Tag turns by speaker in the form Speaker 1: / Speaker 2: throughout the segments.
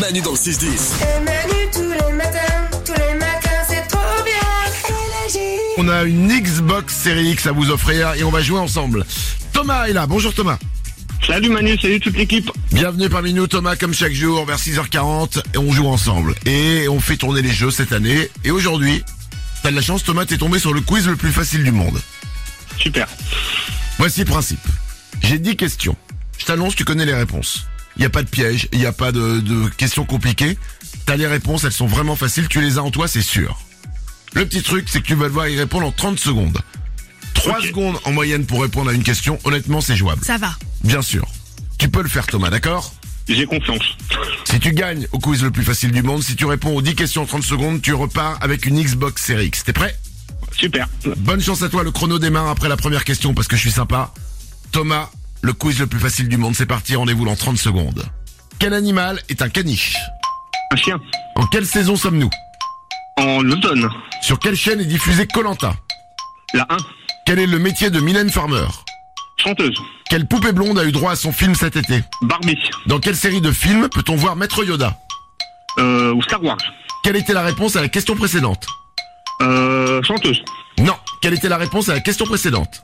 Speaker 1: Manu dans le 6-10.
Speaker 2: Et Manu tous les matins, tous les matins c'est trop bien. Énergie.
Speaker 3: On a une Xbox Series X à vous offrir et on va jouer ensemble. Thomas est là. Bonjour Thomas.
Speaker 4: Salut Manu, salut toute l'équipe.
Speaker 3: Bienvenue parmi nous Thomas comme chaque jour vers 6h40 et on joue ensemble et on fait tourner les jeux cette année et aujourd'hui t'as de la chance Thomas t'es tombé sur le quiz le plus facile du monde.
Speaker 4: Super.
Speaker 3: Voici le principe. J'ai 10 questions. Je t'annonce tu connais les réponses. Il n'y a pas de piège, il n'y a pas de, de questions compliquées. T'as les réponses, elles sont vraiment faciles, tu les as en toi c'est sûr. Le petit truc c'est que tu vas devoir y répondre en 30 secondes. 3
Speaker 4: Ok.
Speaker 3: secondes en moyenne pour répondre à une question, honnêtement c'est jouable.
Speaker 5: Ça va.
Speaker 3: Bien sûr. Tu peux le faire Thomas, d'accord
Speaker 4: J'ai confiance.
Speaker 3: Si tu gagnes au quiz le plus facile du monde, si tu réponds aux 10 questions en 30 secondes, tu repars avec une Xbox Series X. T'es prêt
Speaker 4: Super.
Speaker 3: Bonne chance à toi, le chrono démarre après la première question parce que je suis sympa. Thomas, le quiz le plus facile du monde, c'est parti, rendez-vous dans 30 secondes. Quel animal est un caniche
Speaker 4: Un chien.
Speaker 3: En quelle saison sommes-nous
Speaker 4: En l'automne.
Speaker 3: Sur quelle chaîne est diffusée Colanta
Speaker 4: La 1.
Speaker 3: Quel est le métier de Mylène Farmer
Speaker 4: Chanteuse.
Speaker 3: Quelle poupée blonde a eu droit à son film cet été
Speaker 4: Barbie.
Speaker 3: Dans quelle série de films peut-on voir Maître Yoda
Speaker 4: Euh, ou Star Wars.
Speaker 3: Quelle était la réponse à la question précédente
Speaker 4: Euh, chanteuse.
Speaker 3: Non, quelle était la réponse à la question précédente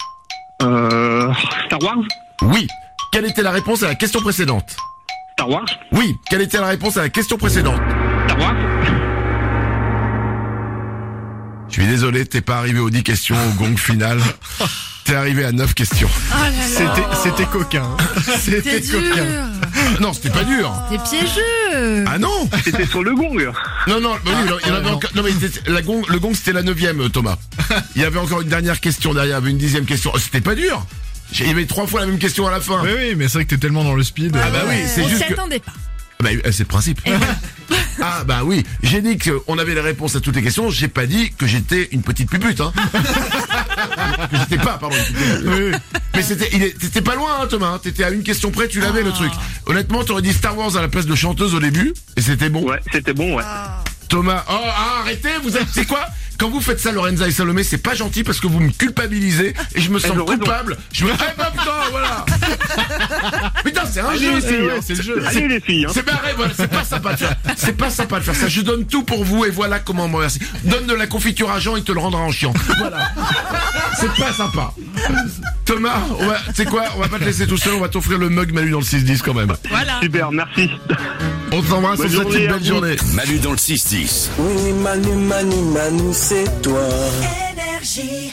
Speaker 4: Euh, Star Wars.
Speaker 3: Oui. Quelle était la réponse à la question précédente
Speaker 4: Star Wars.
Speaker 3: Oui. Quelle était la réponse à la question précédente
Speaker 4: Star Wars.
Speaker 3: Je suis désolé, t'es pas arrivé aux 10 questions au gong final. T'es arrivé à 9 questions.
Speaker 5: Oh là là.
Speaker 6: C'était, c'était
Speaker 3: hein.
Speaker 6: coquin.
Speaker 5: C'était
Speaker 6: C'était
Speaker 5: dur.
Speaker 6: coquin.
Speaker 3: Non, c'était pas dur.
Speaker 5: C'était piégeux.
Speaker 3: Ah non
Speaker 4: C'était sur le gong.
Speaker 3: Non, non, bah oui, il y en avait
Speaker 6: non.
Speaker 3: encore- non, mais c'était- la gong- le gong c'était la neuvième, euh, Thomas. Il y avait encore une dernière question derrière, il y avait une dixième question. Oh, c'était pas dur J'ai- Il y avait trois fois la même question à la fin.
Speaker 6: Oui, oui, mais c'est vrai que t'es tellement dans le speed.
Speaker 3: Ah bah oui, c'est
Speaker 5: On
Speaker 3: juste
Speaker 5: s'y
Speaker 3: que...
Speaker 5: attendait pas.
Speaker 3: Bah, euh, c'est le principe. ah bah oui, j'ai dit qu'on avait les réponses à toutes les questions, j'ai pas dit que j'étais une petite pupute. Hein. Que j'étais pas, pardon. une petite pupute. Mais c'était, il est- t'étais pas loin, hein, Thomas. hein. T'étais à une question près, tu l'avais le
Speaker 4: Ah.
Speaker 3: truc. Honnêtement, t'aurais dit Star Wars à la place de chanteuse au début, et c'était bon.
Speaker 4: Ouais, c'était bon, ouais.
Speaker 3: Thomas, oh ah, arrêtez, vous êtes, c'est quoi quand vous faites ça, Lorenza et Salomé, c'est pas gentil parce que vous me culpabilisez et je me sens
Speaker 4: Elles auraient
Speaker 3: coupable. Je me, eh bah, putain, voilà. putain, c'est un jeu. Eh
Speaker 6: oui,
Speaker 3: c'est-
Speaker 6: c'est- ouais, c'est le jeu.
Speaker 4: hein. Allez les filles, hein.
Speaker 3: c'est barré, voilà, c'est pas sympa de faire. C'est pas sympa de faire ça. Je donne tout pour vous et voilà comment on me remercie. Donne de la confiture à Jean, il te le rendra en chiant. Voilà. C'est pas sympa. Thomas, on va- tu sais quoi, on va pas te laisser tout seul, on va t'offrir le mug Manu dans le 6-10 quand même.
Speaker 5: Voilà.
Speaker 4: Super, merci.
Speaker 3: On t'embrasse, on
Speaker 4: Bonne
Speaker 3: te souhaite
Speaker 4: journée
Speaker 3: une
Speaker 4: à
Speaker 3: belle
Speaker 4: vous.
Speaker 3: journée.
Speaker 1: Manu dans le 6-10.
Speaker 7: Oui, Manu, Manu, Manu, c'est toi.
Speaker 2: Énergie.